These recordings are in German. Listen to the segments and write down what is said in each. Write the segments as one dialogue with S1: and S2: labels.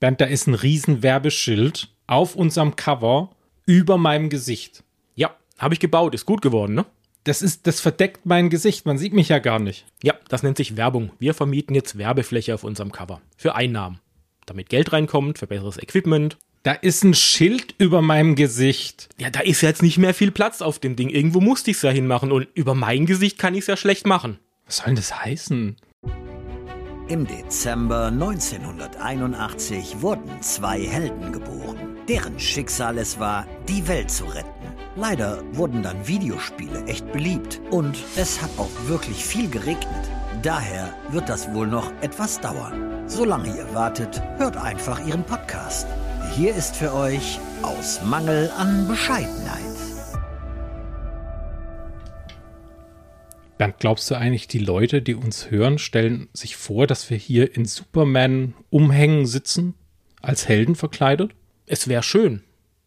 S1: Bernd, da ist ein riesen Werbeschild auf unserem Cover über meinem Gesicht.
S2: Ja, habe ich gebaut, ist gut geworden, ne?
S1: Das ist, das verdeckt mein Gesicht, man sieht mich ja gar nicht.
S2: Ja, das nennt sich Werbung. Wir vermieten jetzt Werbefläche auf unserem Cover. Für Einnahmen. Damit Geld reinkommt, für besseres Equipment.
S1: Da ist ein Schild über meinem Gesicht.
S2: Ja, da ist jetzt nicht mehr viel Platz auf dem Ding. Irgendwo musste ich es ja hinmachen und über mein Gesicht kann ich es ja schlecht machen.
S1: Was soll denn das heißen?
S3: Im Dezember 1981 wurden zwei Helden geboren, deren Schicksal es war, die Welt zu retten. Leider wurden dann Videospiele echt beliebt und es hat auch wirklich viel geregnet. Daher wird das wohl noch etwas dauern. Solange ihr wartet, hört einfach ihren Podcast. Hier ist für euch aus Mangel an Bescheidenheit.
S1: Bernd, glaubst du eigentlich, die Leute, die uns hören, stellen sich vor, dass wir hier in Superman-Umhängen sitzen, als Helden verkleidet?
S2: Es wäre schön.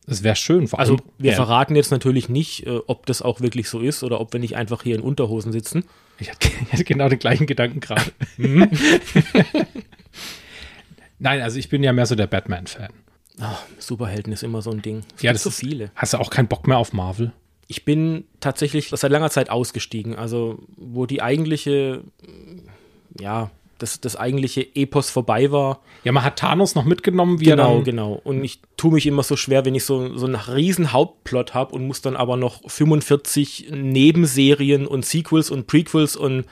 S1: Das wäre schön. vor
S2: Also
S1: allem-
S2: wir
S1: Ja.
S2: verraten jetzt natürlich nicht, äh, ob das auch wirklich so ist oder ob wir nicht einfach hier in Unterhosen sitzen.
S1: Ich hatte, ich hatte genau den gleichen Gedanken gerade. Hm? Nein, also ich bin ja mehr so der Batman-Fan.
S2: Ah, Superhelden ist immer so ein Ding. Es
S1: Ja,
S2: gibt
S1: das
S2: so
S1: ist-
S2: viele.
S1: Hast du auch keinen Bock mehr auf Marvel?
S2: Ich bin tatsächlich seit langer Zeit ausgestiegen. Also, wo die eigentliche, ja, das, das eigentliche Epos vorbei war.
S1: Ja, man hat Thanos noch mitgenommen, wie er dann,
S2: genau. Und ich tue mich immer so schwer, wenn ich so, so einen riesen Hauptplot habe und muss dann aber noch 45 Nebenserien und Sequels und Prequels und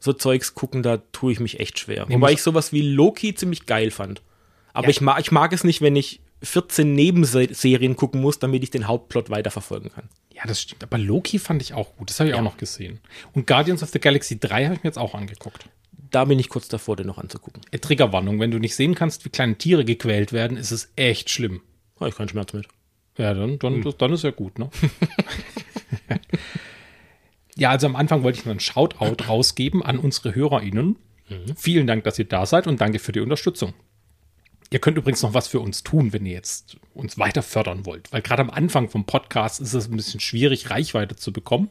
S2: so Zeugs gucken, da tue ich mich echt schwer.
S1: Nee,
S2: Wobei
S1: muss-
S2: ich sowas wie Loki ziemlich geil fand. Aber ich, mag, ich mag es nicht, wenn ich 14 Nebenserien gucken muss, damit ich den Hauptplot weiterverfolgen kann.
S1: Ja, das stimmt. Aber Loki fand ich auch gut. Das habe ich auch noch gesehen. Und Guardians of the Galaxy 3 habe ich mir jetzt auch angeguckt.
S2: Da bin ich kurz davor, den noch anzugucken.
S1: Äh, Triggerwarnung, wenn du nicht sehen kannst, wie kleine Tiere gequält werden, ist es echt schlimm.
S2: Habe ich keinen Schmerz mit.
S1: Ja, dann, dann, das, dann ist ja gut, ne? ja, also am Anfang wollte ich noch ein Shoutout rausgeben an unsere HörerInnen. Vielen Dank, dass ihr da seid und danke für die Unterstützung. Ihr könnt übrigens noch was für uns tun, wenn ihr jetzt uns weiter fördern wollt, weil gerade am Anfang vom Podcast ist es ein bisschen schwierig, Reichweite zu bekommen.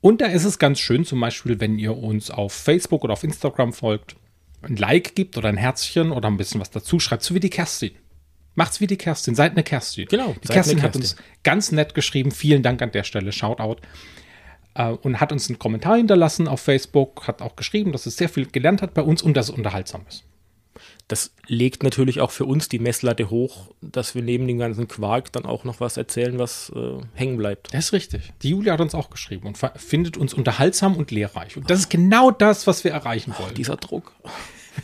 S1: Und da ist es ganz schön, zum Beispiel, wenn ihr uns auf Facebook oder auf Instagram folgt, ein Like gibt oder ein Herzchen oder ein bisschen was dazu schreibt, so wie die Kerstin. Macht's wie die Kerstin, seid eine Kerstin.
S2: Genau,
S1: die
S2: seid
S1: Kerstin,
S2: eine
S1: hat uns
S2: Kerstin.
S1: ganz nett geschrieben, vielen Dank an der Stelle, Shoutout. Äh, Und hat uns einen Kommentar hinterlassen auf Facebook, hat auch geschrieben, dass es sehr viel gelernt hat bei uns und dass es unterhaltsam ist.
S2: Das legt natürlich auch für uns die Messlatte hoch, dass wir neben dem ganzen Quark dann auch noch was erzählen, was äh, hängen bleibt.
S1: Das ist richtig. Die Julia hat uns auch geschrieben und fa- findet uns unterhaltsam und lehrreich. Und das ist genau das, was wir erreichen wollen.
S2: Dieser Druck.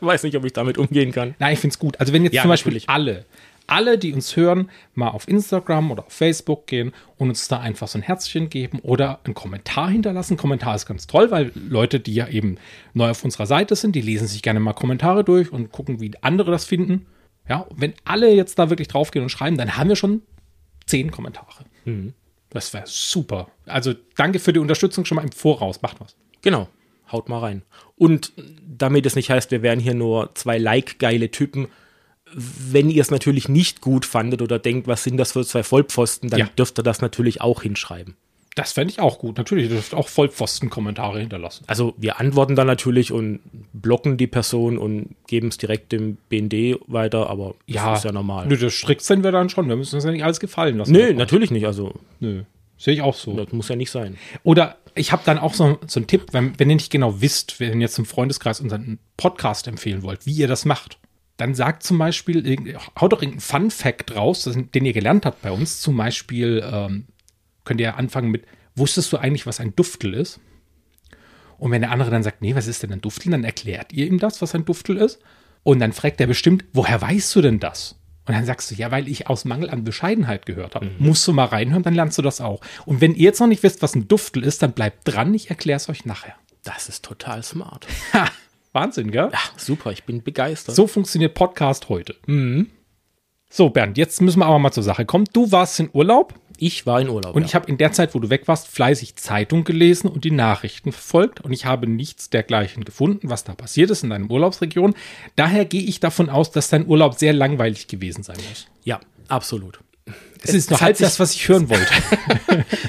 S2: Weiß nicht, ob ich damit umgehen kann.
S1: Nein, ich finde es gut. Also wenn jetzt
S2: Ja,
S1: zum Beispiel
S2: natürlich.
S1: alle, alle, die uns hören, mal auf Instagram oder auf Facebook gehen und uns da einfach so ein Herzchen geben oder einen Kommentar hinterlassen. Kommentar ist ganz toll, weil Leute, die ja eben neu auf unserer Seite sind, die lesen sich gerne mal Kommentare durch und gucken, wie andere das finden. Ja, und wenn alle jetzt da wirklich draufgehen und schreiben, dann haben wir schon zehn Kommentare.
S2: Mhm.
S1: Das wäre super. Also danke für die Unterstützung schon mal im Voraus. Macht was.
S2: Genau. Haut mal rein. Und damit es nicht heißt, wir wären hier nur zwei like-geile Typen, wenn ihr es natürlich nicht gut fandet oder denkt, was sind das für zwei Vollpfosten, dann
S1: Ja.
S2: dürft ihr das natürlich auch hinschreiben.
S1: Das fände ich auch gut. Natürlich, ihr dürft auch Vollpfosten-Kommentare hinterlassen.
S2: Also wir antworten dann natürlich und blocken die Person und geben es direkt dem BND weiter, aber das ist ja normal.
S1: Nö, das strikt sind wir dann schon. Wir müssen uns ja nicht alles gefallen lassen.
S2: Nö, natürlich nicht. Also,
S1: Nö. Sehe ich auch so.
S2: das muss ja nicht sein.
S1: Oder ich habe dann auch so, so einen Tipp, wenn, wenn ihr nicht genau wisst, wenn ihr zum Freundeskreis unseren Podcast empfehlen wollt, wie ihr das macht, dann sagt zum Beispiel, irgend- haut doch irgendeinen Fun-Fact raus, das- den ihr gelernt habt bei uns. Zum Beispiel ähm, könnt ihr anfangen mit, wusstest du eigentlich, was ein Duftel ist? Und wenn der andere dann sagt, nee, was ist denn ein Duftel, dann erklärt ihr ihm das, was ein Duftel ist. Und dann fragt er bestimmt, woher weißt du denn das? Und dann sagst du, ja, weil ich aus Mangel an Bescheidenheit gehört habe. Musst du mal reinhören, dann lernst du das auch. Und wenn ihr jetzt noch nicht wisst, was ein Duftel ist, dann bleibt dran, ich erkläre es euch nachher.
S2: Das ist total smart.
S1: Ha, Wahnsinn, gell?
S2: Ach, super, ich bin begeistert.
S1: So funktioniert Podcast heute. So, Bernd, jetzt müssen wir aber mal zur Sache kommen. Du warst in Urlaub
S2: Ich war in Urlaub.
S1: und
S2: ja.
S1: ich habe in der Zeit, wo du weg warst, fleißig Zeitung gelesen und die Nachrichten verfolgt und ich habe nichts dergleichen gefunden, was da passiert ist in deinem Urlaubsregion. Daher gehe ich davon aus, dass dein Urlaub sehr langweilig gewesen sein muss.
S2: ja, absolut.
S1: Es ist nur
S2: hat
S1: halb
S2: sich-
S1: das, was ich hören wollte.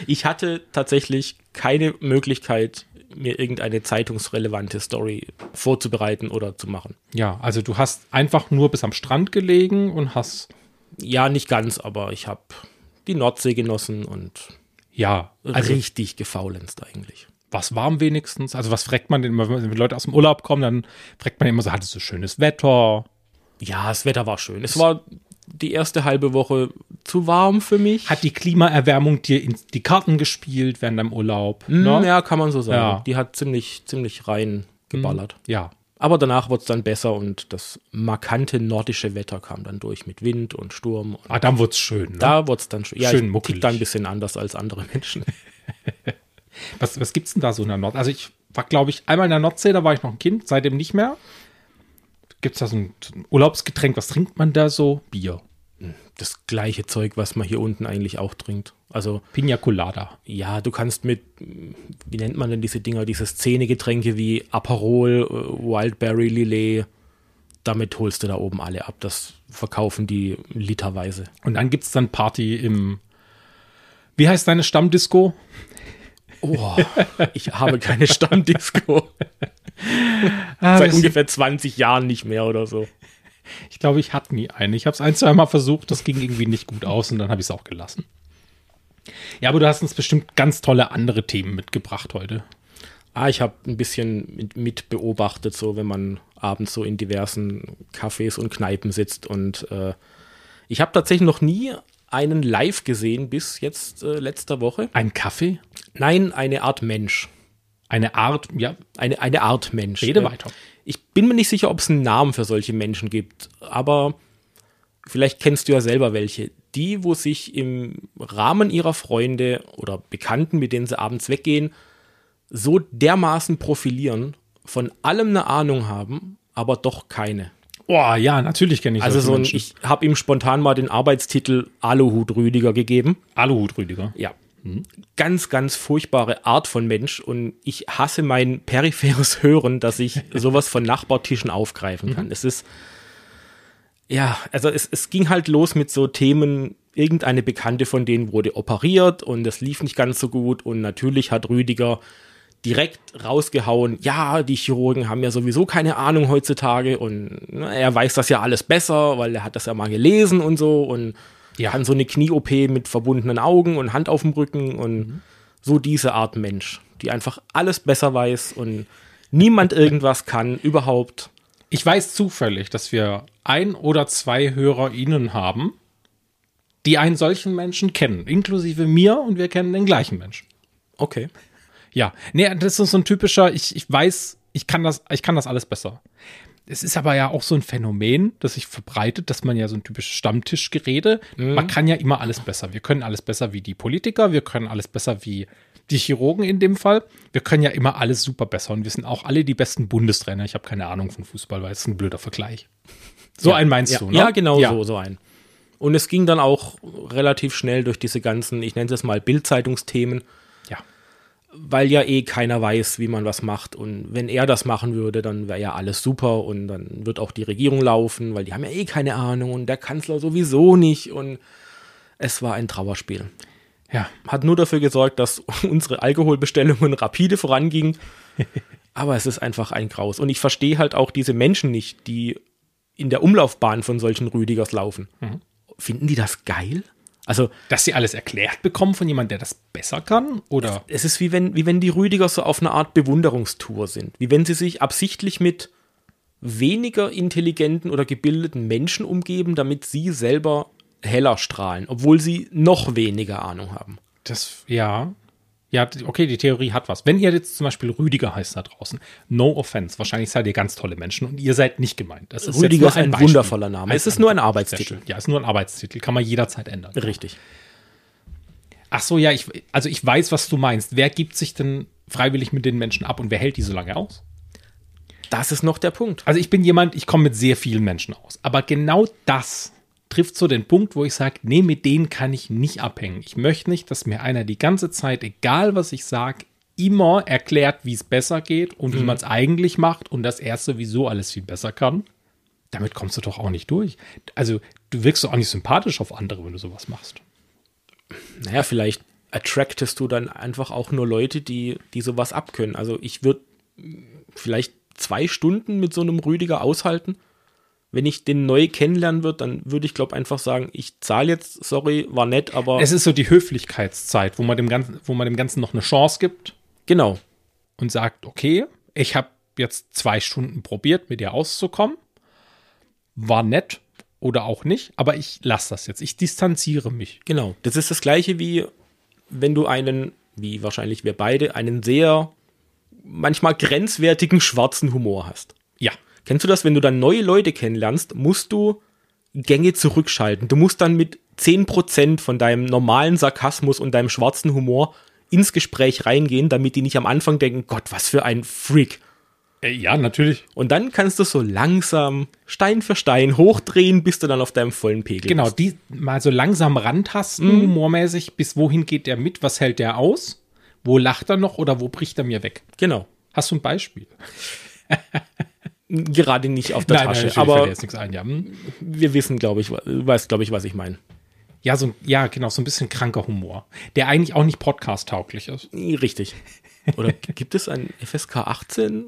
S2: Ich hatte tatsächlich keine Möglichkeit, mir irgendeine zeitungsrelevante Story vorzubereiten oder zu machen.
S1: Ja, also du hast einfach nur bis am Strand gelegen und hast.
S2: Ja, nicht ganz, aber ich habe die Nordsee genossen und
S1: Ja, also
S2: richtig gefaulenzt eigentlich.
S1: was warm wenigstens. Also was fragt man denn immer, wenn Leute aus dem Urlaub kommen, dann fragt man immer so, hattest du schönes Wetter?
S2: Ja, das Wetter war schön. Es war die erste halbe Woche zu warm für mich.
S1: Hat die Klimaerwärmung dir in die Karten gespielt während deinem Urlaub?
S2: Hm,
S1: ne?
S2: Ja, kann man so sagen. Mhm.
S1: Ja.
S2: Die hat ziemlich, ziemlich rein geballert.
S1: ja.
S2: Aber danach wurde es dann besser und das markante nordische Wetter kam dann durch mit Wind und Sturm. Und
S1: Ah, dann wird's schön. Ne?
S2: da wurde es dann schon. Ja,
S1: Schön
S2: ich
S1: muckelig.
S2: tick da ein bisschen anders als andere Menschen.
S1: Was, was gibt's denn da so in der Nordsee? Also ich war, glaube ich, einmal in der Nordsee, da war ich noch ein Kind, seitdem nicht mehr. Gibt's da so ein, so ein Urlaubsgetränk? Was trinkt man da so? Bier.
S2: Das gleiche Zeug, was man hier unten eigentlich auch trinkt. Also,
S1: Pina Colada.
S2: ja, du kannst mit, wie nennt man denn diese Dinger, diese Szenegetränke wie Aperol, äh, Wildberry, Lillet, damit holst du da oben alle ab. Das verkaufen die literweise.
S1: Und dann gibt's dann Party im. Wie heißt deine Stammdisco?
S2: Oh, ich habe keine Stammdisco. Seit Ah,
S1: das-
S2: ungefähr 20 Jahren nicht mehr oder so.
S1: Ich glaube, ich hatte nie eine. Ich habe es ein, zwei Mal versucht, das ging irgendwie nicht gut aus und dann habe ich es auch gelassen. Ja, aber du hast uns bestimmt ganz tolle andere Themen mitgebracht heute.
S2: Ah, ich habe ein bisschen mit, mit beobachtet, so wenn man abends so in diversen Cafés und Kneipen sitzt. Und äh, ich habe tatsächlich noch nie einen live gesehen bis jetzt äh, letzter Woche.
S1: Ein Kaffee?
S2: Nein, eine Art Mensch.
S1: Eine Art, ja,
S2: Eine, eine Art Mensch.
S1: Rede
S2: Äh,
S1: weiter.
S2: Ich bin mir nicht sicher, ob es einen Namen für solche Menschen gibt, aber vielleicht kennst du ja selber welche. Die, wo sich im Rahmen ihrer Freunde oder Bekannten, mit denen sie abends weggehen, so dermaßen profilieren, von allem eine Ahnung haben, aber doch keine.
S1: boah, oh, ja, natürlich kenne ich
S2: Also
S1: solche
S2: so ein,
S1: Menschen.
S2: ich habe ihm spontan mal den Arbeitstitel Aluhut Rüdiger gegeben.
S1: Aluhut, Rüdiger.
S2: Ja. Ganz, ganz furchtbare Art von Mensch und ich hasse mein peripheres Hören, dass ich sowas von Nachbartischen aufgreifen kann. Es ist, ja, also es, es ging halt los mit so Themen, irgendeine Bekannte von denen wurde operiert und das lief nicht ganz so gut und natürlich hat Rüdiger direkt rausgehauen, ja, die Chirurgen haben ja sowieso keine Ahnung heutzutage und ne, er weiß das ja alles besser, weil er hat das ja mal gelesen und so und
S1: Ja.
S2: kann so eine Knie-OP mit verbundenen Augen und Hand auf dem Rücken und
S1: Mhm.
S2: so diese Art Mensch, die einfach alles besser weiß und niemand irgendwas kann überhaupt.
S1: Ich weiß zufällig, dass wir ein oder zwei HörerInnen haben, die einen solchen Menschen kennen, inklusive mir und wir kennen den gleichen Menschen.
S2: Okay.
S1: Ja, nee, das ist so ein typischer, ich, ich weiß, ich kann, das, ich kann das alles besser. Es ist aber ja auch so ein Phänomen, das sich verbreitet, dass man ja so ein typisches Stammtischgerede,
S2: Mhm.
S1: man kann ja immer alles besser. Wir können alles besser wie die Politiker, wir können alles besser wie die Chirurgen in dem Fall. Wir können ja immer alles super besser und wir sind auch alle die besten Bundestrainer. Ich habe keine Ahnung von Fußball, weil es ist ein blöder Vergleich. So einen meinst
S2: ja,
S1: du, ne?
S2: Ja, genau so, so ein. Und es ging dann auch relativ schnell durch diese ganzen, ich nenne es jetzt mal Bildzeitungsthemen,
S1: Ja.
S2: weil ja eh keiner weiß, wie man was macht. Und wenn er das machen würde, dann wäre ja alles super und dann wird auch die Regierung laufen, weil die haben ja eh keine Ahnung und der Kanzler sowieso nicht. Und es war ein Trauerspiel.
S1: Ja.
S2: Hat nur dafür gesorgt, dass unsere Alkoholbestellungen rapide vorangingen. Aber es ist einfach ein Graus. Und ich verstehe halt auch diese Menschen nicht, die in der Umlaufbahn von solchen Rüdigers laufen. Finden die das geil? Also,
S1: Dass sie alles erklärt bekommen von jemandem, der das besser kann? Oder?
S2: es ist wie wenn, wie wenn die Rüdiger so auf einer Art Bewunderungstour sind. Wie wenn sie sich absichtlich mit weniger intelligenten oder gebildeten Menschen umgeben, damit sie selber heller strahlen, obwohl sie noch weniger Ahnung haben.
S1: Das, ja. Ja, die- okay, die Theorie hat was. Wenn ihr jetzt zum Beispiel Rüdiger heißt da draußen, no offense, wahrscheinlich seid ihr ganz tolle Menschen und ihr seid nicht gemeint. Das ist
S2: Rüdiger
S1: jetzt
S2: ist
S1: nur
S2: ein
S1: Beispiel.
S2: wundervoller Name. Es ist nur ein
S1: Sehr
S2: Arbeitstitel.
S1: schön. Ja, ist nur ein Arbeitstitel, kann man jederzeit ändern.
S2: Richtig.
S1: Ach so, ja, ich, also ich weiß, was du meinst. Wer gibt sich denn freiwillig mit den Menschen ab und wer hält die so lange aus?
S2: Das ist noch der Punkt.
S1: Also ich bin jemand, ich komme mit sehr vielen Menschen aus. Aber genau das trifft so den Punkt, wo ich sage, nee, mit denen kann ich nicht abhängen. Ich möchte nicht, dass mir einer die ganze Zeit, egal was ich sage, immer erklärt, wie es besser geht und wie man es eigentlich macht und dass er sowieso alles viel besser kann. Damit kommst du doch auch nicht durch. Also du wirkst doch auch nicht sympathisch auf andere, wenn du sowas machst.
S2: Naja, vielleicht attractest du dann einfach auch nur Leute, die, die sowas abkönnen. Also ich würde vielleicht zwei Stunden mit so einem Rüdiger aushalten. Wenn ich den neu kennenlernen würde, dann würde ich, glaube einfach sagen, ich zahle jetzt, sorry, war nett, aber.
S1: Es ist so die Höflichkeitszeit, wo man dem Ganzen, wo man dem Ganzen noch eine Chance gibt
S2: genau.
S1: und sagt, okay, ich habe jetzt zwei Stunden probiert, mit dir auszukommen. War nett oder auch nicht, aber ich lasse das jetzt. Ich distanziere mich.
S2: Genau. Das ist das gleiche wie wenn du einen, wie wahrscheinlich wir beide, einen sehr manchmal grenzwertigen schwarzen Humor hast.
S1: Ja.
S2: Kennst du das, wenn du dann neue Leute kennenlernst, musst du Gänge zurückschalten. Du musst dann mit 10% von deinem normalen Sarkasmus und deinem schwarzen Humor ins Gespräch reingehen, damit die nicht am Anfang denken, Gott, was für ein Freak.
S1: Äh, Ja, natürlich.
S2: Und dann kannst du so langsam Stein für Stein hochdrehen, bis du dann auf deinem vollen Pegel
S1: Genau,
S2: bist.
S1: die mal so langsam rantasten, humormäßig, bis wohin geht der mit, was hält der aus, wo lacht er noch oder wo bricht er mir weg.
S2: Genau.
S1: Hast du ein Beispiel?
S2: Gerade nicht auf der Tasche,
S1: natürlich fällt dir
S2: aber
S1: jetzt nichts ein, ja. Hm.
S2: wir wissen, glaube ich, wa- weiß, glaube ich, was ich meine.
S1: Ja, so, ja, genau, so ein bisschen kranker Humor, der eigentlich auch nicht podcast-tauglich ist.
S2: Richtig. Oder g- gibt es ein FSK 18?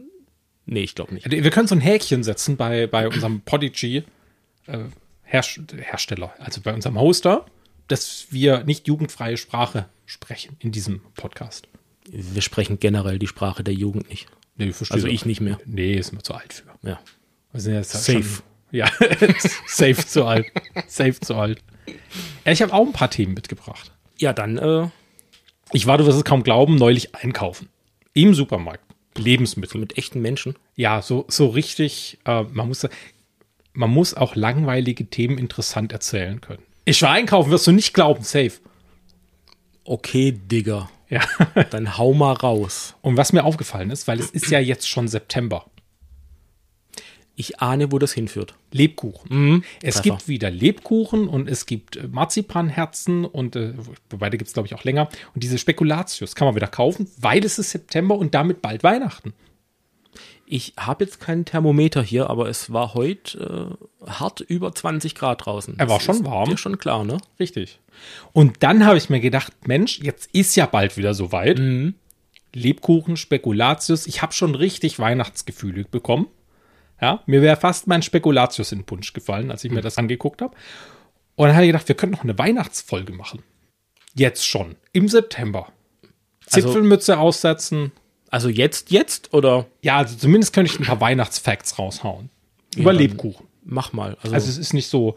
S2: Nee, ich glaube nicht.
S1: Wir können so ein Häkchen setzen bei, bei unserem Podigy äh, Herst- Hersteller, also bei unserem Hoster, dass wir nicht jugendfreie Sprache sprechen in diesem Podcast.
S2: Wir sprechen generell die Sprache der Jugend nicht.
S1: Nee, verstehe
S2: Also
S1: doch.
S2: ich nicht mehr.
S1: Nee, ist mir zu alt für.
S2: Ja.
S1: Wir sind jetzt halt
S2: Safe.
S1: Schon, ja, safe zu alt. Safe zu alt. Ja, ich habe auch ein paar Themen mitgebracht.
S2: Ja, dann, äh,
S1: Ich war, du wirst es kaum glauben, neulich einkaufen. Im Supermarkt. Lebensmittel.
S2: mit echten Menschen.
S1: Ja, so, so richtig, äh, man, muss, man muss auch langweilige Themen interessant erzählen können. Ich war einkaufen, wirst du nicht glauben, safe.
S2: Okay, Digger.
S1: Ja.
S2: Dann hau mal raus.
S1: Und was mir aufgefallen ist, weil es ist ja jetzt schon September,
S2: Ich ahne, wo das hinführt.
S1: Lebkuchen. es
S2: Treffer.
S1: gibt wieder Lebkuchen und es gibt äh, Marzipanherzen und äh, beide gibt es, glaube ich, auch länger. Und diese Spekulatius kann man wieder kaufen, weil es ist September und damit bald Weihnachten.
S2: Ich habe jetzt keinen Thermometer hier, aber es war heute äh, hart über 20 Grad draußen.
S1: Er war
S2: Das
S1: schon
S2: ist
S1: warm.
S2: Dir schon klar, ne?
S1: Richtig. Und dann habe ich mir gedacht, Mensch, jetzt ist ja bald wieder soweit.
S2: Mhm.
S1: Lebkuchen, Spekulatius, ich habe schon richtig Weihnachtsgefühle bekommen. Ja, mir wäre fast mein Spekulatius in den Punsch gefallen, als ich
S2: Mhm.
S1: mir das angeguckt habe. Und dann habe ich gedacht, wir könnten noch eine Weihnachtsfolge machen. Jetzt schon, im September.
S2: Also-
S1: Zipfelmütze aussetzen.
S2: Also jetzt, jetzt oder
S1: Ja, also zumindest könnte ich ein paar Weihnachtsfacts raushauen. Über
S2: dann-
S1: Lebkuchen.
S2: mach mal. Also,
S1: Also es ist nicht so.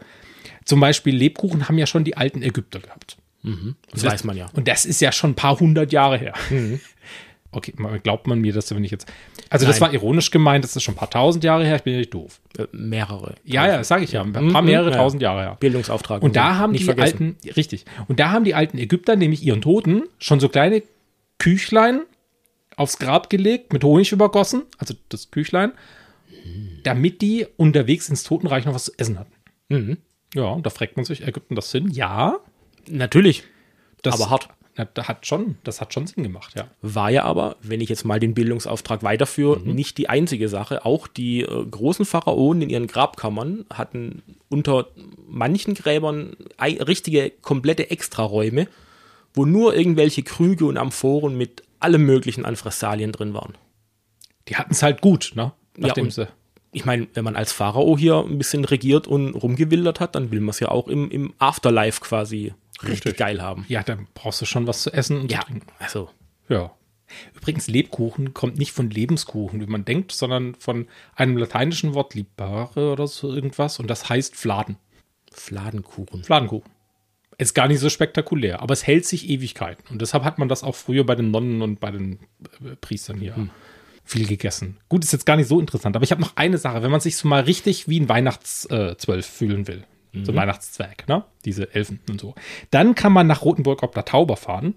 S1: Zum Beispiel Lebkuchen haben ja schon die alten Ägypter gehabt.
S2: das weiß man ja. Mhm.
S1: Und das ist ja schon ein paar hundert Jahre her. Okay, man- glaubt man mir das, wenn ich jetzt. Also, das
S2: Nein.
S1: war ironisch gemeint, das ist schon ein paar tausend Jahre her, ich bin ja nicht doof.
S2: Äh, mehrere.
S1: Ja, ja, sage ich ja. Ein paar
S2: Mhm,
S1: mehrere
S2: ja.
S1: tausend Jahre her.
S2: Bildungsauftrag.
S1: Und da haben
S2: nicht
S1: die
S2: vergessen.
S1: alten, richtig, und da haben die alten Ägypter nämlich ihren Toten schon so kleine Küchlein aufs Grab gelegt, mit Honig übergossen, also das Küchlein, damit die unterwegs ins Totenreich noch was zu essen hatten.
S2: Mhm.
S1: Ja, und da fragt man sich, Ägypten das Sinn? Ja,
S2: Natürlich.
S1: das
S2: Aber hart.
S1: Na, da hat schon, das hat schon Sinn gemacht, ja.
S2: War ja aber, wenn ich jetzt mal den Bildungsauftrag weiterführe,
S1: Mhm.
S2: nicht die einzige Sache. Auch die äh, großen Pharaonen in ihren Grabkammern hatten unter manchen Gräbern ei- richtige, komplette Extraräume, wo nur irgendwelche Krüge und Amphoren mit allem möglichen an Fressalien drin waren.
S1: Die hatten es halt gut, ne? Nachdem
S2: und-
S1: sie.
S2: Ich meine, wenn man als Pharao hier ein bisschen regiert und rumgewildert hat, dann will man es ja auch im, im Afterlife quasi richtig, geil haben.
S1: Ja, dann brauchst du schon was zu essen und
S2: Ja,
S1: zu trinken.
S2: also
S1: Ja. Übrigens, Lebkuchen kommt nicht von Lebenskuchen, wie man denkt, sondern von einem lateinischen Wort libare oder so irgendwas. Und das heißt Fladen.
S2: Fladenkuchen.
S1: Fladenkuchen. Ist gar nicht so spektakulär, aber es hält sich Ewigkeiten. Und deshalb hat man das auch früher bei den Nonnen und bei den äh, Priestern hier viel gegessen. Gut, ist jetzt gar nicht so interessant, aber ich habe noch eine Sache, wenn man sich so mal richtig wie ein Weihnachtszwölf äh, Zwölf fühlen will, so ein Weihnachtszwerg, ne? Diese Elfen und so, dann kann man nach Rothenburg ob der Tauber fahren.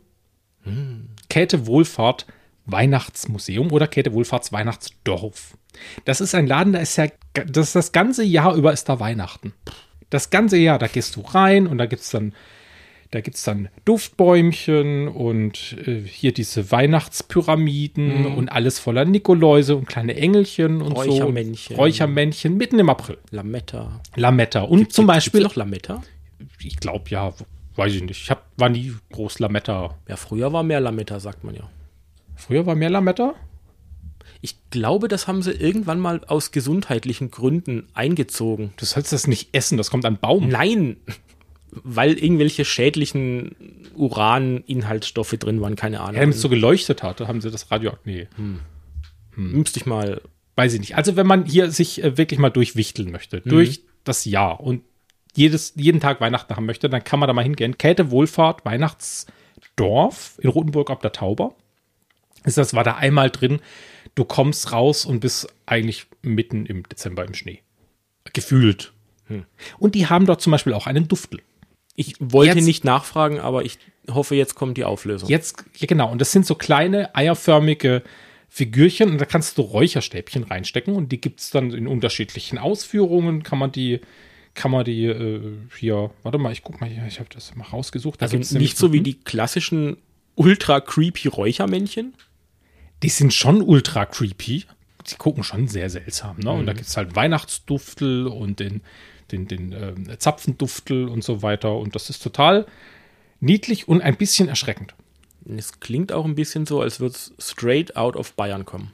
S1: Käthe Wohlfahrt Weihnachtsmuseum oder Käthe Wohlfahrts Weihnachtsdorf. Das ist ein Laden, da ist ja das, ist das ganze Jahr über ist da Weihnachten. Das ganze Jahr, da gehst du rein und da gibt es dann, da gibt's dann Duftbäumchen und äh, hier diese Weihnachtspyramiden
S2: Mhm.
S1: und alles voller Nikoläuse und kleine Engelchen und
S2: Räuchermännchen.
S1: so. Räuchermännchen mitten im April.
S2: Lametta.
S1: Lametta. Und zum
S2: Gibt's-
S1: Beispiel,
S2: gibt's noch Lametta?
S1: ich glaube ja, weiß ich nicht. Ich hab, war nie groß Lametta.
S2: Ja, früher war mehr Lametta, sagt man ja.
S1: Früher war mehr Lametta?
S2: Ich glaube, das haben sie irgendwann mal aus gesundheitlichen Gründen eingezogen.
S1: Du sollst das nicht essen, das kommt an Baum.
S2: Nein, weil irgendwelche schädlichen Uraninhaltsstoffe drin waren, keine Ahnung. Also,
S1: Wenn es so geleuchtet hatte, haben sie das Radio. Nee,
S2: Müsste ich mal.
S1: weiß ich nicht. Also, wenn man hier sich äh, wirklich mal durchwichteln möchte, durch das Jahr und jedes, jeden Tag Weihnachten haben möchte, dann kann man da mal hingehen. Käthe Wohlfahrt, Weihnachtsdorf in Rotenburg ab der Tauber. Ist das, war da einmal drin. Du kommst raus und bist eigentlich mitten im Dezember im Schnee. Gefühlt. Und die haben dort zum Beispiel auch einen Duftel.
S2: Ich wollte
S1: Jetzt-
S2: nicht nachfragen, aber ich hoffe, jetzt kommt die Auflösung.
S1: Jetzt, ja, genau, und das sind so kleine eierförmige Figürchen und da kannst du Räucherstäbchen reinstecken und die gibt es dann in unterschiedlichen Ausführungen. Kann man die, kann man die äh, hier, warte mal, ich guck mal hier, ich habe das mal rausgesucht. Da
S2: also
S1: gibt's nämlich- mhm.
S2: nicht so wie die klassischen ultra creepy Räuchermännchen.
S1: Die sind schon ultra creepy. Die gucken schon sehr seltsam, ne?
S2: Mhm.
S1: Und da gibt es halt Weihnachtsduftel und den, den, den ähm, Zapfenduftel und so weiter. Und das ist total niedlich und ein bisschen erschreckend.
S2: Es klingt auch ein bisschen so, als würde es straight out of Bayern kommen.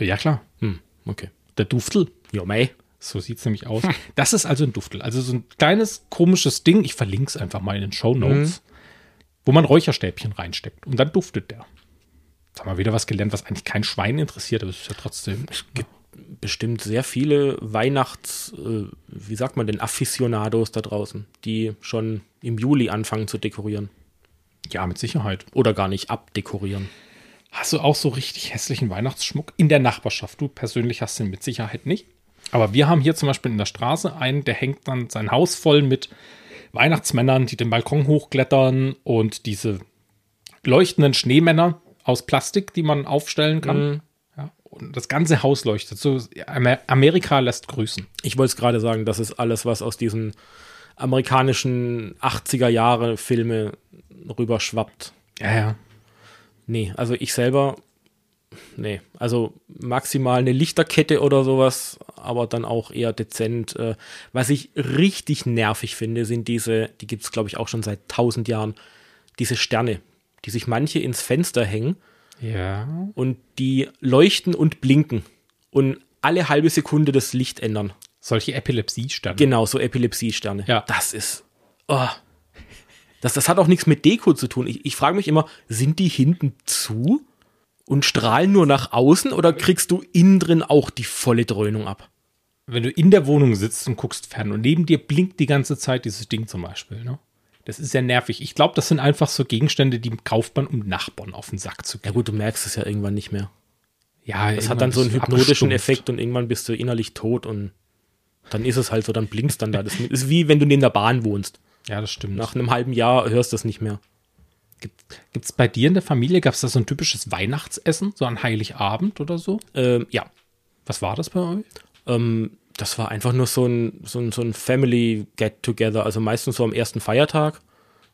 S1: Ja, klar.
S2: Hm, okay.
S1: Der Duftel,
S2: Ja, mei.
S1: So sieht es nämlich aus. Das ist also ein Duftel. Also so ein kleines komisches Ding. Ich verlinke es einfach mal in den Show Notes, wo man Räucherstäbchen reinsteckt und dann duftet der. Jetzt haben wir wieder was gelernt, was eigentlich kein Schwein interessiert, aber es ist ja trotzdem.
S2: Bestimmt sehr viele Weihnachts, äh, wie sagt man denn, Aficionados da draußen, die schon im Juli anfangen zu dekorieren.
S1: Ja, mit Sicherheit.
S2: Oder gar nicht abdekorieren.
S1: Hast du auch so richtig hässlichen Weihnachtsschmuck in der Nachbarschaft? Du persönlich hast den mit Sicherheit nicht. Aber wir haben hier zum Beispiel in der Straße einen, der hängt dann sein Haus voll mit Weihnachtsmännern, die den Balkon hochklettern und diese leuchtenden Schneemänner aus Plastik, die man aufstellen kann. Ja, und das ganze Haus leuchtet. So, Amer- Amerika lässt grüßen.
S2: Ich wollte es gerade sagen, das ist alles, was aus diesen amerikanischen 80er Jahre Filme rüberschwappt.
S1: Ja, ja.
S2: Nee, also ich selber, nee, also maximal eine Lichterkette oder sowas, aber dann auch eher dezent. Äh, Was ich richtig nervig finde, sind diese, die gibt es glaube ich auch schon seit tausend Jahren, diese Sterne, die sich manche ins Fenster hängen
S1: Ja.
S2: und die leuchten und blinken und alle halbe Sekunde das Licht ändern.
S1: Solche Epilepsie-Sterne.
S2: Genau, so Epilepsiesterne.
S1: Ja.
S2: Das ist. Oh. Das, das hat auch nichts mit Deko zu tun. Ich, ich frage mich immer, sind die hinten zu und strahlen nur nach außen oder kriegst du innen drin auch die volle Dröhnung ab?
S1: wenn du in der Wohnung sitzt und guckst fern und neben dir blinkt die ganze Zeit dieses Ding zum Beispiel, ne? Das ist sehr nervig. Ich glaube, das sind einfach so Gegenstände, die kauft man, um Nachbarn auf den Sack zu
S2: Ja
S1: gehen.
S2: gut, du merkst es ja irgendwann nicht mehr.
S1: Ja,
S2: Das hat dann so einen hypnotischen Effekt und irgendwann bist du innerlich tot und dann ist es halt so, dann blinkst dann da. Das ist wie wenn du neben der Bahn wohnst.
S1: Ja, das stimmt.
S2: Nach einem halben Jahr hörst du das nicht mehr.
S1: Gibt es bei dir in der Familie, gab es da so ein typisches Weihnachtsessen, so an Heiligabend oder so?
S2: Ähm, ja,
S1: Was war das bei euch?
S2: Ähm, das war einfach nur so ein, so ein, so ein Family-Get-Together, also meistens so am ersten Feiertag,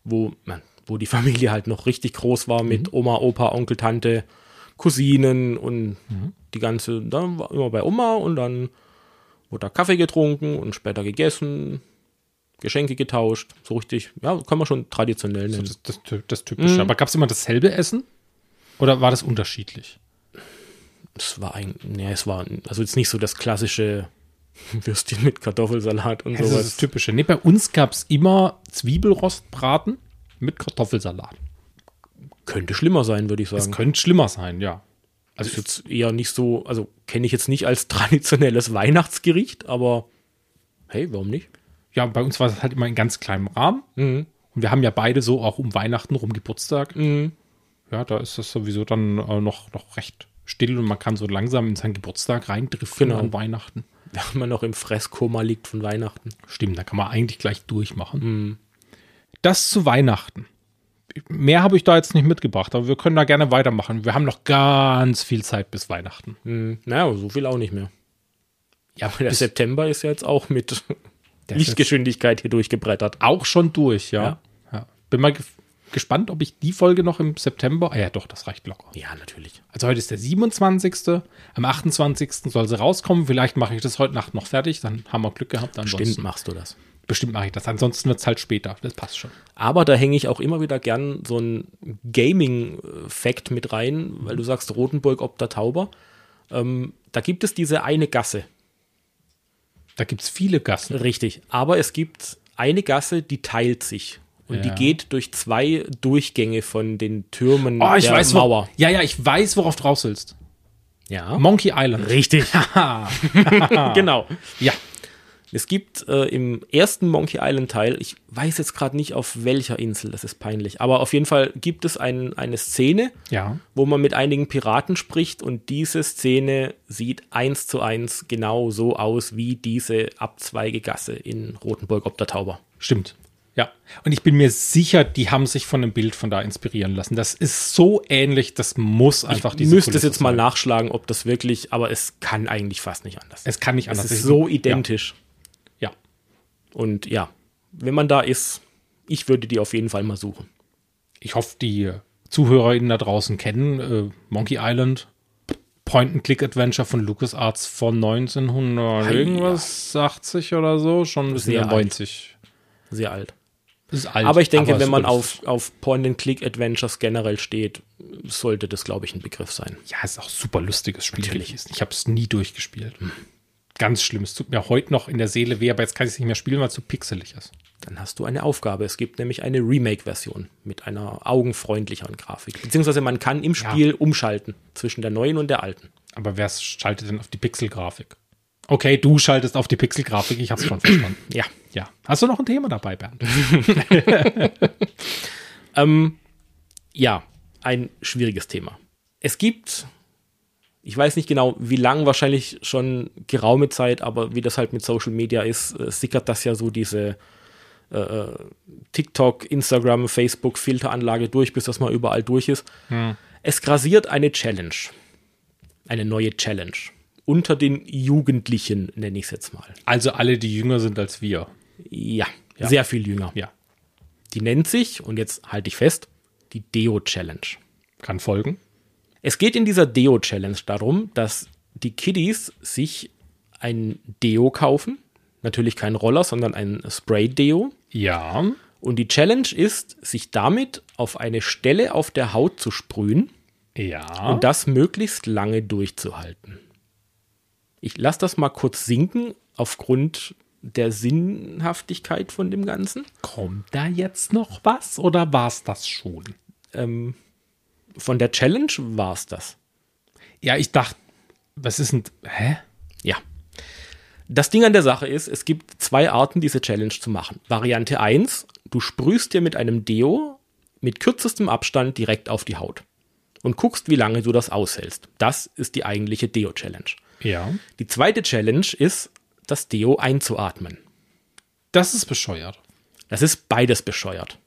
S2: wo, man, wo die Familie halt noch richtig groß war mit
S1: Mhm.
S2: Oma, Opa, Onkel, Tante, Cousinen und
S1: Mhm.
S2: die ganze, dann war immer bei Oma und dann wurde da Kaffee getrunken und später gegessen, Geschenke getauscht, so richtig, ja, kann man schon traditionell nennen.
S1: Das, das, das typische. Aber gab es immer dasselbe Essen? Oder war das unterschiedlich?
S2: es war ein, ne, es war, also jetzt nicht so das klassische Würstchen mit Kartoffelsalat und
S1: Also Das ist das
S2: sowas.
S1: Typische. Nee, bei uns gab es immer Zwiebelrostbraten mit Kartoffelsalat.
S2: Könnte schlimmer sein, würde ich sagen.
S1: Das könnte schlimmer sein, ja.
S2: Also ist jetzt eher nicht so, also kenne ich jetzt nicht als traditionelles Weihnachtsgericht, aber hey, warum nicht?
S1: ja, bei uns war es halt immer in ganz kleinem Rahmen.
S2: Mhm.
S1: Und wir haben ja beide so auch um Weihnachten rum Geburtstag. Ja, da ist das sowieso dann äh, noch, noch recht still und man kann so langsam in seinen Geburtstag reindriften
S2: Genau.
S1: an Weihnachten.
S2: Wenn man noch im Fresskoma liegt von Weihnachten.
S1: Stimmt, da kann man eigentlich gleich durchmachen. Das zu Weihnachten. Mehr habe ich da jetzt nicht mitgebracht, aber wir können da gerne weitermachen. Wir haben noch ganz viel Zeit bis Weihnachten.
S2: Mhm. Naja, so viel auch nicht mehr.
S1: Ja, aber
S2: Der September ist ja jetzt auch mit
S1: Der ist
S2: Lichtgeschwindigkeit hier durchgebrettert.
S1: auch schon durch, ja.
S2: Ja.
S1: ja. Bin mal ge gespannt, ob ich die Folge noch im September. Ah ja, doch, das reicht locker.
S2: Ja, natürlich.
S1: Also heute ist der 27. Am 28. soll sie rauskommen. Vielleicht mache ich das heute Nacht noch fertig. Dann haben wir Glück gehabt.
S2: Stimmt,
S1: Ansonsten
S2: machst du das.
S1: bestimmt mache ich das. Ansonsten wird es halt später. Das passt schon.
S2: Aber da hänge ich auch immer wieder gern so ein Gaming-Fact mit rein, weil du sagst Rotenburg ob der Tauber. Ähm, da gibt es diese eine Gasse.
S1: Da gibt es viele Gassen.
S2: Richtig. Aber es gibt eine Gasse, die teilt sich. Und
S1: Ja.
S2: die geht durch zwei Durchgänge von den Türmen
S1: Oh, ich
S2: der
S1: weiß, wo,
S2: Mauer.
S1: ja, ja, ich weiß, worauf du raus willst.
S2: Ja.
S1: Monkey Island.
S2: Richtig. genau.
S1: Ja,
S2: Es gibt äh, im ersten Monkey Island Teil, ich weiß jetzt gerade nicht auf welcher Insel, das ist peinlich, aber auf jeden Fall gibt es ein, eine Szene,
S1: ja.
S2: wo man mit einigen Piraten spricht und diese Szene sieht eins zu eins genau so aus wie diese Abzweigegasse in Rotenburg ob der Tauber.
S1: Stimmt. Ja. Und ich bin mir sicher, die haben sich von dem Bild von da inspirieren lassen. Das ist so ähnlich, das muss einfach
S2: Ich
S1: diese
S2: müsste es
S1: Kulisse
S2: jetzt mal
S1: sein.
S2: nachschlagen, ob das wirklich, aber es kann eigentlich fast nicht anders.
S1: Es kann nicht anders.
S2: Es ist so identisch.
S1: Ja. ja.
S2: Und ja, wenn man da ist, ich würde die auf jeden Fall mal suchen.
S1: Ich hoffe, die ZuhörerInnen da draußen kennen äh, Monkey Island. Point-and-Click-Adventure von LucasArts von 1900
S2: Hei,
S1: irgendwas 80 oder so, schon ein bisschen
S2: Sehr
S1: über 90.
S2: Sehr alt.
S1: Das Ist alt,
S2: Aber ich denke,
S1: es
S2: wenn
S1: ist
S2: man
S1: gut.
S2: auf, auf Point-and-Click-Adventures generell steht, sollte das, glaube ich, ein Begriff sein.
S1: Ja, ist auch super lustiges Spiel. gewesen. Ich habe es nie durchgespielt. Hm. Ganz schlimm. Es tut mir heute noch in der Seele weh, aber jetzt kann ich es nicht mehr spielen, weil es zu pixelig ist.
S2: Dann hast du eine Aufgabe. Es gibt nämlich eine Remake-Version mit einer augenfreundlicheren Grafik. Beziehungsweise man kann im Spiel umschalten zwischen der neuen und der alten.
S1: Aber wer schaltet denn auf die Pixelgrafik? Okay, du schaltest auf die Pixelgrafik. Ich habe es schon verstanden.
S2: Ja.
S1: Ja. Hast du noch ein Thema dabei, Bernd?
S2: Ähm, ja, ein schwieriges Thema. Es gibt, ich weiß nicht genau, wie lang, wahrscheinlich schon geraume Zeit, aber wie das halt mit Social Media ist, äh, sickert das ja so diese äh, TikTok, Instagram, Facebook Filteranlage durch, bis das mal überall durch ist. Es grasiert eine Challenge, eine neue Challenge unter den Jugendlichen, nenne ich es jetzt mal.
S1: Also alle, die jünger sind als wir.
S2: Ja, sehr viel jünger.
S1: Ja.
S2: Die nennt sich, und jetzt halte ich fest, die Deo Challenge.
S1: Kann folgen.
S2: Es geht in dieser Deo-Challenge darum, dass die Kiddies sich ein Deo kaufen. Natürlich kein Roller, sondern ein Spray-Deo.
S1: Ja.
S2: Und die Challenge ist, sich damit auf eine Stelle auf der Haut zu sprühen
S1: Ja.
S2: und das möglichst lange durchzuhalten. Ich lasse das mal kurz sinken aufgrund der Sinnhaftigkeit von dem Ganzen.
S1: kommt da jetzt noch was oder war es das schon?
S2: Ähm, von der Challenge war es das.
S1: Ja, ich dachte, was ist denn. Hä?
S2: Ja. Das Ding an der Sache ist, es gibt zwei Arten, diese Challenge zu machen. Variante 1, du sprühst dir mit einem Deo mit kürzestem Abstand direkt auf die Haut und guckst, wie lange du das aushältst. Das ist die eigentliche Deo-Challenge.
S1: Ja.
S2: Die zweite Challenge ist, das Deo einzuatmen.
S1: Das ist bescheuert.
S2: Das ist beides bescheuert.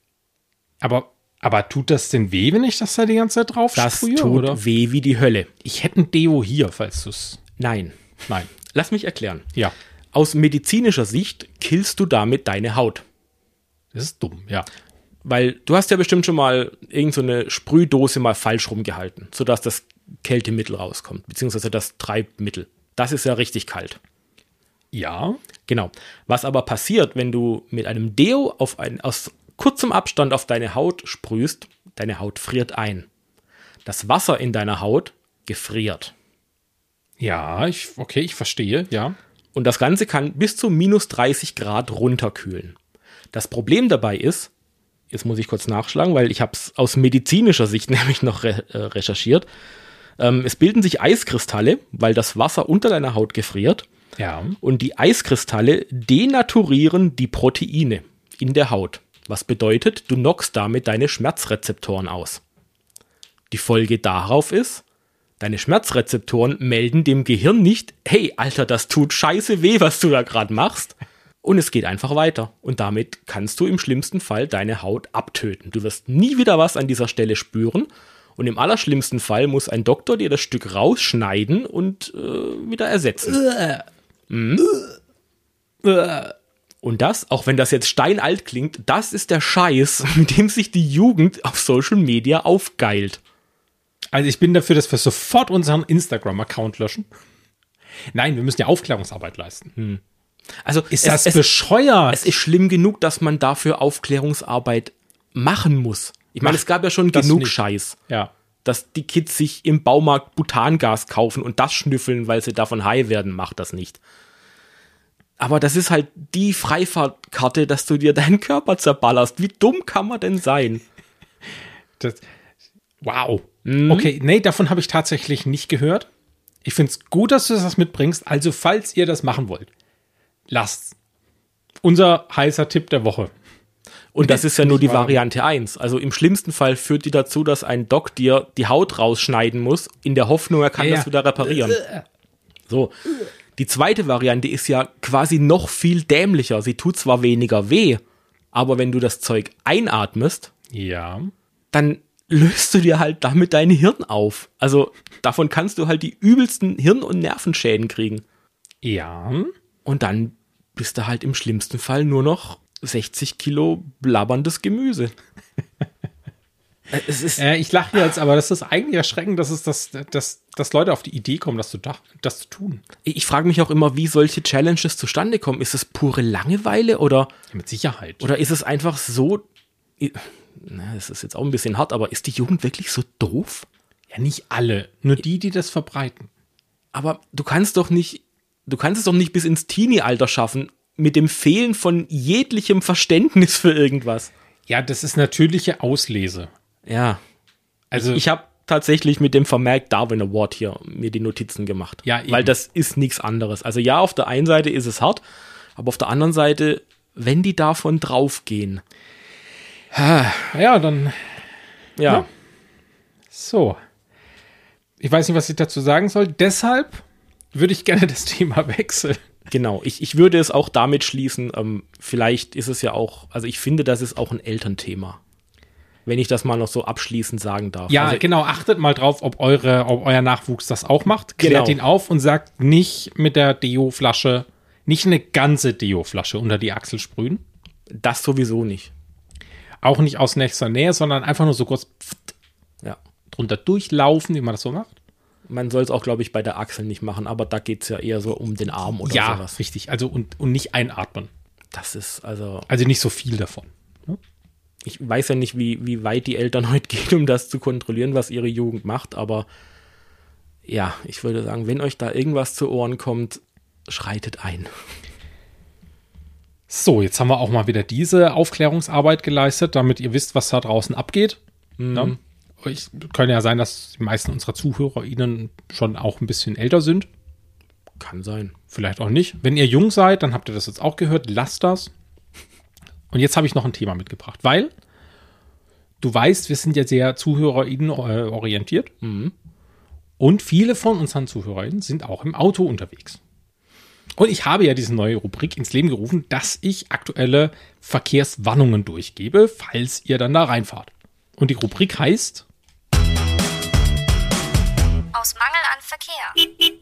S1: Aber, aber tut das denn weh, wenn ich das da die ganze Zeit drauf
S2: Das
S1: sprühe,
S2: tut
S1: oder?
S2: weh wie die Hölle.
S1: Ich hätte ein Deo hier, falls du es.
S2: Nein.
S1: Nein.
S2: Lass mich erklären.
S1: Ja.
S2: Aus medizinischer Sicht killst du damit deine Haut.
S1: Das ist dumm, ja.
S2: Weil du hast ja bestimmt schon mal irgendeine so eine Sprühdose mal falsch rumgehalten, sodass das Kältemittel rauskommt, beziehungsweise das Treibmittel. Das ist ja richtig kalt.
S1: Ja.
S2: Genau. Was aber passiert, wenn du mit einem Deo auf ein, aus kurzem Abstand auf deine Haut sprühst, deine Haut friert ein. Das Wasser in deiner Haut gefriert.
S1: Ja, ich, okay, ich verstehe, ja.
S2: Und das Ganze kann bis zu minus 30 Grad runterkühlen. Das Problem dabei ist, jetzt muss ich kurz nachschlagen, weil ich habe es aus medizinischer Sicht nämlich noch re äh, recherchiert. Ähm, es bilden sich Eiskristalle, weil das Wasser unter deiner Haut gefriert.
S1: Ja.
S2: Mhm. Und die Eiskristalle denaturieren die Proteine in der Haut. Was bedeutet, du knockst damit deine Schmerzrezeptoren aus. Die Folge darauf ist, deine Schmerzrezeptoren melden dem Gehirn nicht, hey, Alter, das tut scheiße weh, was du da gerade machst. Und es geht einfach weiter. Und damit kannst du im schlimmsten Fall deine Haut abtöten. Du wirst nie wieder was an dieser Stelle spüren. Und im allerschlimmsten Fall muss ein Doktor dir das Stück rausschneiden und äh, wieder ersetzen. Und das, auch wenn das jetzt steinalt klingt, das ist der Scheiß, mit dem sich die Jugend auf Social Media aufgeilt.
S1: Also ich bin dafür, dass wir Hm. sofort unseren Instagram-Account löschen. Nein, wir müssen ja Aufklärungsarbeit leisten.
S2: Also
S1: Ist
S2: es,
S1: das
S2: es,
S1: bescheuert?
S2: es ist schlimm genug, dass man dafür Aufklärungsarbeit machen muss. Ich meine,
S1: Macht
S2: es gab ja schon
S1: das
S2: genug
S1: nicht.
S2: Scheiß,
S1: ja.
S2: dass die Kids sich im Baumarkt Butangas kaufen und das schnüffeln, weil sie davon high werden, macht das nicht. Aber das ist halt die Freifahrtkarte, dass du dir deinen Körper zerballerst. Wie dumm kann man denn sein?
S1: Das, wow. Okay, nee, davon habe ich tatsächlich nicht gehört. Ich finde es gut, dass du das mitbringst. Also, falls ihr das machen wollt, lasst's. Unser heißer Tipp der Woche.
S2: Und das ist ja nur die
S1: wahr.
S2: Variante 1. Also im schlimmsten Fall führt die dazu, dass ein Doc dir die Haut rausschneiden muss, in der Hoffnung, er
S1: Ja,
S2: kann
S1: Äh, ja.
S2: das wieder reparieren. So. Die zweite Variante ist ja quasi noch viel dämlicher. Sie tut zwar weniger weh, aber wenn du das Zeug einatmest,
S1: Ja.
S2: dann löst du dir halt damit dein Hirn auf. Also davon kannst du halt die übelsten Hirn- und Nervenschäden kriegen.
S1: Ja.
S2: Und dann bist du halt im schlimmsten Fall nur noch 60 Kilo blabberndes Gemüse. es ist,
S1: Äh, ich lache jetzt, aber das ist eigentlich erschreckend, dass, es das, dass, dass Leute auf die Idee kommen, das zu, dach- das zu tun.
S2: ich frage mich auch immer, wie solche Challenges zustande kommen. Ist es pure Langeweile oder,
S1: Ja, mit Sicherheit.
S2: oder ist es einfach so. Na, es ist jetzt auch ein bisschen hart, aber ist die Jugend wirklich so doof?
S1: ja, nicht alle. Nur die, die das verbreiten.
S2: Aber du kannst doch nicht, du kannst es doch nicht bis ins Teenie-Alter schaffen, mit dem Fehlen von jeglichem Verständnis für irgendwas.
S1: Ja, das ist natürliche Auslese.
S2: Ja.
S1: Also,
S2: Ich habe tatsächlich mit dem Vermerk Darwin Award hier mir die Notizen gemacht.
S1: Ja, eben.
S2: Weil das ist nichts anderes. Also ja, auf der einen Seite ist es hart, aber auf der anderen Seite, wenn die davon draufgehen.
S1: ja, dann
S2: Ja.
S1: Ja. So. Ich weiß nicht, was ich dazu sagen soll. Deshalb würde ich gerne das Thema wechseln.
S2: Genau, ich, ich würde es auch damit schließen, ähm, vielleicht ist es ja auch, also ich finde, das ist auch ein Elternthema. Wenn ich das mal noch so abschließend sagen darf.
S1: Ja,
S2: also,
S1: genau. Achtet mal drauf, ob, eure, ob euer Nachwuchs das auch macht. Klärt
S2: Genau.
S1: ihn auf und sagt nicht mit der Deo-Flasche, nicht eine ganze Deo-Flasche unter die Achsel sprühen.
S2: das sowieso nicht.
S1: Auch nicht aus nächster Nähe, sondern einfach nur so kurz pft
S2: Ja.
S1: drunter durchlaufen, wie man das so macht.
S2: Man soll es auch, glaube ich, bei der Achsel nicht machen, aber da geht es ja eher so um den Arm oder
S1: ja,
S2: sowas.
S1: richtig. Also und, und nicht einatmen.
S2: Das ist, also,
S1: Also nicht so viel davon.
S2: ich weiß ja nicht, wie, wie weit die Eltern heute gehen, um das zu kontrollieren, was ihre Jugend macht, aber ja, ich würde sagen, wenn euch da irgendwas zu Ohren kommt, schreitet ein.
S1: So, jetzt haben wir auch mal wieder diese Aufklärungsarbeit geleistet, damit ihr wisst, was da draußen abgeht. Ne? Ich, könnte ja sein, dass die meisten unserer ZuhörerInnen schon auch ein bisschen älter sind.
S2: Kann sein.
S1: Vielleicht auch nicht. Wenn ihr jung seid, dann habt ihr das jetzt auch gehört. Lasst das. Und jetzt habe ich noch ein Thema mitgebracht, weil du weißt, wir sind ja sehr ZuhörerInnen äh, orientiert. Und viele von unseren ZuhörerInnen sind auch im Auto unterwegs. Und ich habe ja diese neue Rubrik ins Leben gerufen, dass ich aktuelle Verkehrswarnungen durchgebe, falls ihr dann da reinfahrt. Und die Rubrik heißt
S4: Aus Mangel an Verkehr.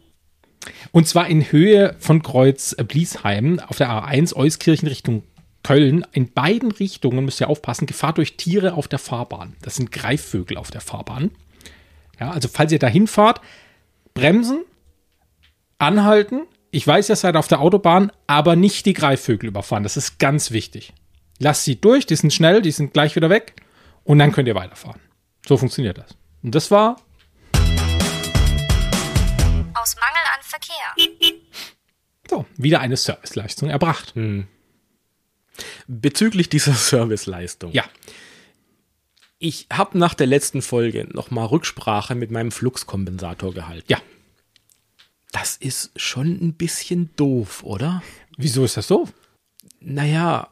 S1: Und zwar in Höhe von Kreuz äh, Bliesheim auf der A1 Euskirchen Richtung Köln. In beiden Richtungen müsst ihr aufpassen. Gefahr durch Tiere auf der Fahrbahn. Das sind Greifvögel auf der Fahrbahn. Ja, also falls ihr da hinfahrt, bremsen, anhalten. Ich weiß, ihr seid auf der Autobahn, aber nicht die Greifvögel überfahren. Das ist ganz wichtig. Lasst sie durch, die sind schnell, die sind gleich wieder weg und dann könnt ihr weiterfahren. So funktioniert das. Und das war
S4: Aus Mangel an Verkehr.
S1: so, wieder eine Serviceleistung erbracht.
S2: Bezüglich dieser Serviceleistung.
S1: Ja,
S2: Ich habe nach der letzten Folge nochmal Rücksprache mit meinem Fluxkompensator gehalten.
S1: ja.
S2: Das ist schon ein bisschen doof, oder?
S1: Wieso ist das so?
S2: Naja,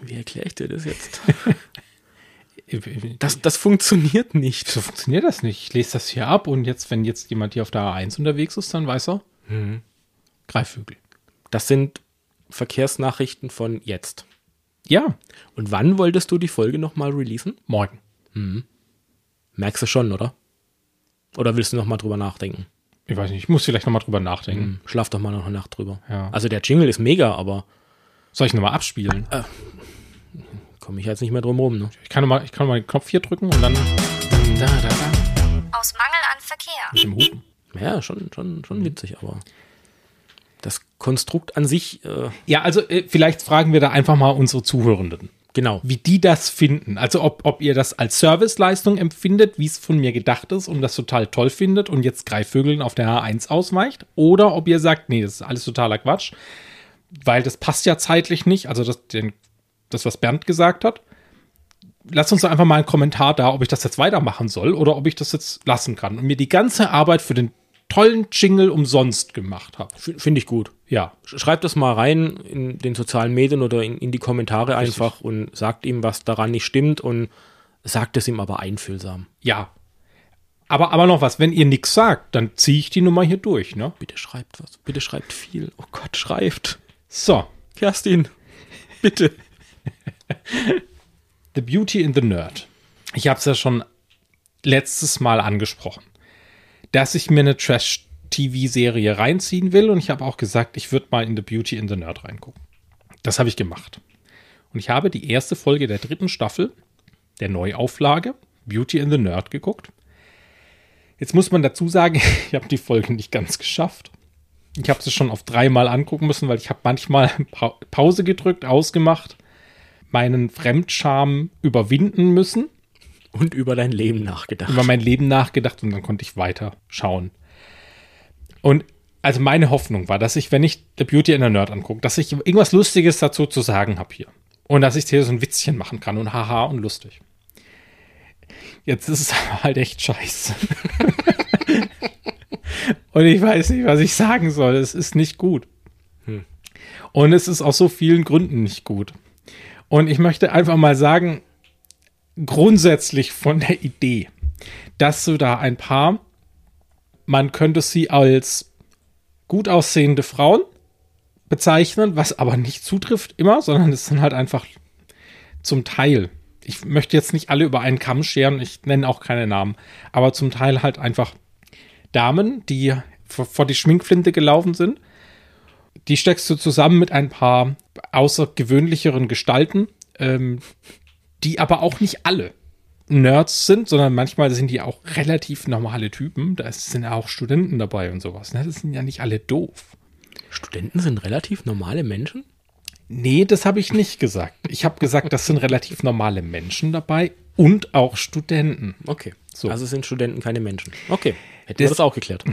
S2: wie erkläre ich dir das jetzt?
S1: Das,
S2: Das, das funktioniert nicht.
S1: so Äh, funktioniert das nicht. Ich lese das hier ab und jetzt, wenn jetzt jemand hier auf der A1 unterwegs ist, dann weiß er, Greifvögel.
S2: Das sind Verkehrsnachrichten von jetzt.
S1: Ja,
S2: Und wann wolltest du die Folge nochmal releasen?
S1: morgen.
S2: Merkst du schon, oder? Oder willst du nochmal drüber nachdenken?
S1: Ich weiß nicht, ich muss vielleicht nochmal drüber nachdenken.
S2: Hm, Schlaf doch mal noch eine Nacht drüber.
S1: Ja.
S2: Also der Jingle ist mega, aber
S1: Soll ich nochmal abspielen?
S2: komme ich jetzt nicht mehr drum rum. Ne?
S1: Ich kann nochmal noch mal den Knopf hier drücken und dann
S2: Da, da, da.
S4: Aus Mangel an Verkehr.
S1: mit dem Hupen.
S2: Ja, schon, schon, schon witzig, aber das Konstrukt an sich, äh,
S1: Ja, also äh, vielleicht fragen wir da einfach mal unsere Zuhörenden,
S2: genau.
S1: wie die das finden. Also ob, ob ihr das als Serviceleistung empfindet, wie es von mir gedacht ist und das total toll findet und jetzt Greifvögeln auf der H1 ausweicht. Oder ob ihr sagt, nee, das ist alles totaler Quatsch, weil das passt ja zeitlich nicht. Also das, den, das was Bernd gesagt hat. Lasst uns doch einfach mal einen Kommentar da, ob ich das jetzt weitermachen soll oder ob ich das jetzt lassen kann und mir die ganze Arbeit für den tollen Jingle umsonst gemacht habe.
S2: F- Finde ich gut.
S1: Ja,
S2: Sch- Schreibt das mal rein in den sozialen Medien oder in, in die Kommentare einfach und sagt ihm, was daran nicht stimmt und sagt es ihm aber einfühlsam.
S1: Ja. Aber, aber noch was, wenn ihr nichts sagt, dann ziehe ich die Nummer hier durch, ne?
S2: Bitte schreibt was. Bitte schreibt viel. Oh Gott, schreibt.
S1: So,
S2: Kerstin, bitte.
S1: The Beauty in the Nerd. Ich habe es ja schon letztes Mal angesprochen, dass ich mir eine Trash-TV-Serie reinziehen will und ich habe auch gesagt, ich würde mal in The Beauty in the Nerd reingucken. Das habe ich gemacht. Und ich habe die erste Folge der dritten Staffel der Neuauflage Beauty in the Nerd geguckt. Jetzt muss man dazu sagen, ich habe die Folge nicht ganz geschafft. Ich habe sie schon auf dreimal angucken müssen, weil ich habe manchmal Pa- Pause gedrückt, ausgemacht, meinen Fremdscham überwinden müssen,
S2: Und über dein Leben nachgedacht.
S1: über mein Leben nachgedacht und dann konnte ich weiter schauen. Und also meine Hoffnung war, dass ich, wenn ich The Beauty in the Nerd angucke, dass ich irgendwas Lustiges dazu zu sagen habe hier. Und dass ich hier so ein Witzchen machen kann und haha und lustig. Jetzt ist es aber halt echt scheiße. und ich weiß nicht, was ich sagen soll. Es ist nicht gut. Und es ist aus so vielen Gründen nicht gut. Und ich möchte einfach mal sagen, grundsätzlich von der Idee, dass du da ein paar, man könnte sie als gut aussehende Frauen bezeichnen, was aber nicht zutrifft immer, sondern es sind halt einfach zum Teil. Ich möchte jetzt nicht alle über einen Kamm scheren, ich nenne auch keine Namen, aber zum Teil halt einfach Damen, die vor vor die Schminkflinte gelaufen sind. Die steckst du zusammen mit ein paar außergewöhnlicheren Gestalten, ähm, die aber auch nicht alle Nerds sind, sondern manchmal sind die auch relativ normale Typen. Da ist- sind ja auch Studenten dabei und sowas. ne? Das sind ja nicht alle doof.
S2: Studenten sind relativ normale Menschen.
S1: Nee, das habe ich nicht gesagt. Ich habe gesagt, das sind relativ normale Menschen dabei und auch Studenten.
S2: Okay.
S1: So.
S2: Also sind Studenten keine Menschen. Okay. Hätten wir
S1: Das-
S2: das auch geklärt.